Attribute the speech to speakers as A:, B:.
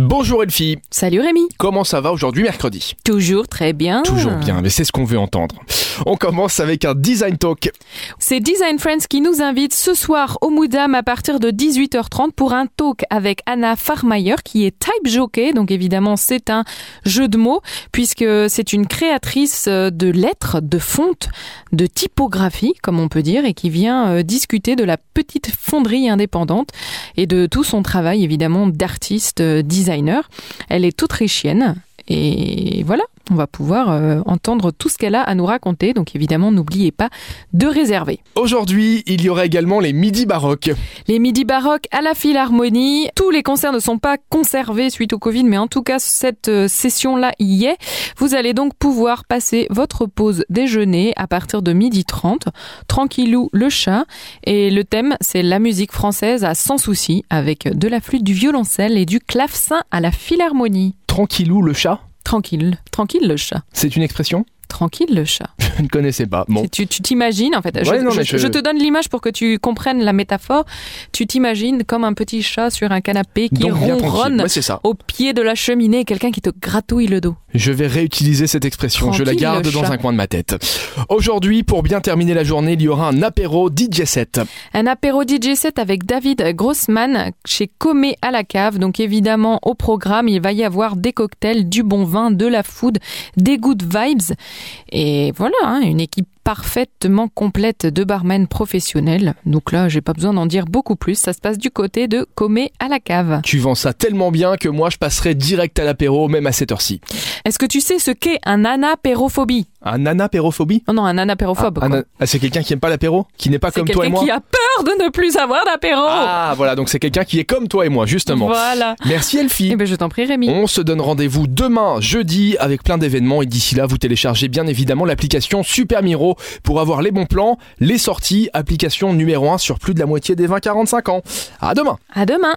A: Bonjour Elfie,
B: Salut Rémi
A: comment ça va aujourd'hui mercredi
B: Toujours très bien
A: Toujours bien, mais c'est ce qu'on veut entendre. On commence avec un design talk.
B: C'est Design Friends qui nous invite ce soir au Moudam à partir de 18h30 pour un talk avec Anna Farmayer qui est type jockey, donc évidemment c'est un jeu de mots puisque c'est une créatrice euh, de lettres, de fontes, de typographie comme on peut dire et qui vient euh, discuter de la petite fonderie indépendante et de tout son travail évidemment d'artiste euh, designer. Elle est autrichienne et voilà, on va pouvoir euh, entendre tout ce qu'elle a à nous raconter. Donc évidemment, n'oubliez pas de réserver.
A: Aujourd'hui, il y aura également les midis baroques.
B: Les midis baroques à la Philharmonie. Tous les concerts ne sont pas conservés suite au Covid, mais en tout cas, cette euh, session-là y est. Vous allez donc pouvoir passer votre pause déjeuner à partir de 12h30. Tranquillou le chat. Et le thème, c'est la musique française à sans souci, avec de la flûte, du violoncelle et du clavecin à la Philharmonie.
A: Tranquillou le chat,
B: Tranquille, tranquille le chat.
A: c'est une expression
B: Tranquille le chat.
A: Je ne connaissais pas. Bon,
B: C'est- Tu tu t'imagines, en fait, je,
A: Ouais, non,
B: je-
A: mais je-
B: je te donne l'image pour que tu comprennes la métaphore. Tu t'imagines comme un petit chat sur un canapé qui
A: donc bien tranquille.
B: ronronne
A: Ouais, c'est ça.
B: au pied de la cheminée, quelqu'un qui te gratouille le dos.
A: Je vais réutiliser cette expression, je la
B: Tranquille,
A: garde
B: le
A: dans
B: chat.
A: un coin de ma tête. Aujourd'hui, pour bien terminer la journée, il y aura un apéro DJ set.
B: Un apéro DJ set avec David Grossman chez Comé à la cave. Donc évidemment, au programme, il va y avoir des cocktails, du bon vin, de la food, des good vibes. Et voilà, hein, une équipe parfaitement complète de barmen professionnels. Donc là, j'ai pas besoin d'en dire beaucoup plus. Ça se passe du côté de Comé à la cave.
A: Tu vends ça tellement bien que moi je passerai direct à l'apéro, même à cette heure-ci.
B: Est-ce que tu sais ce qu'est un anapérophobie
A: Un anapérophobie
B: Oh non, un anapérophobe.
A: Un
B: quoi.
A: an- Ah, c'est quelqu'un qui aime pas l'apéro Qui n'est pas
B: C'est
A: comme toi et
B: quelqu'un
A: moi
B: qui a peur de ne plus avoir d'apéro.
A: Ah voilà, donc c'est quelqu'un qui est comme toi et moi, justement.
B: voilà.
A: Merci Elfie.
B: Eh ben, je t'en prie, Rémi.
A: On se donne rendez-vous demain, jeudi, avec plein d'événements. Et d'ici là, vous téléchargez bien évidemment l'application Super Miro pour avoir les bons plans, les sorties, application numéro 1 sur plus de la moitié des 20-45 ans. À demain!
B: À demain.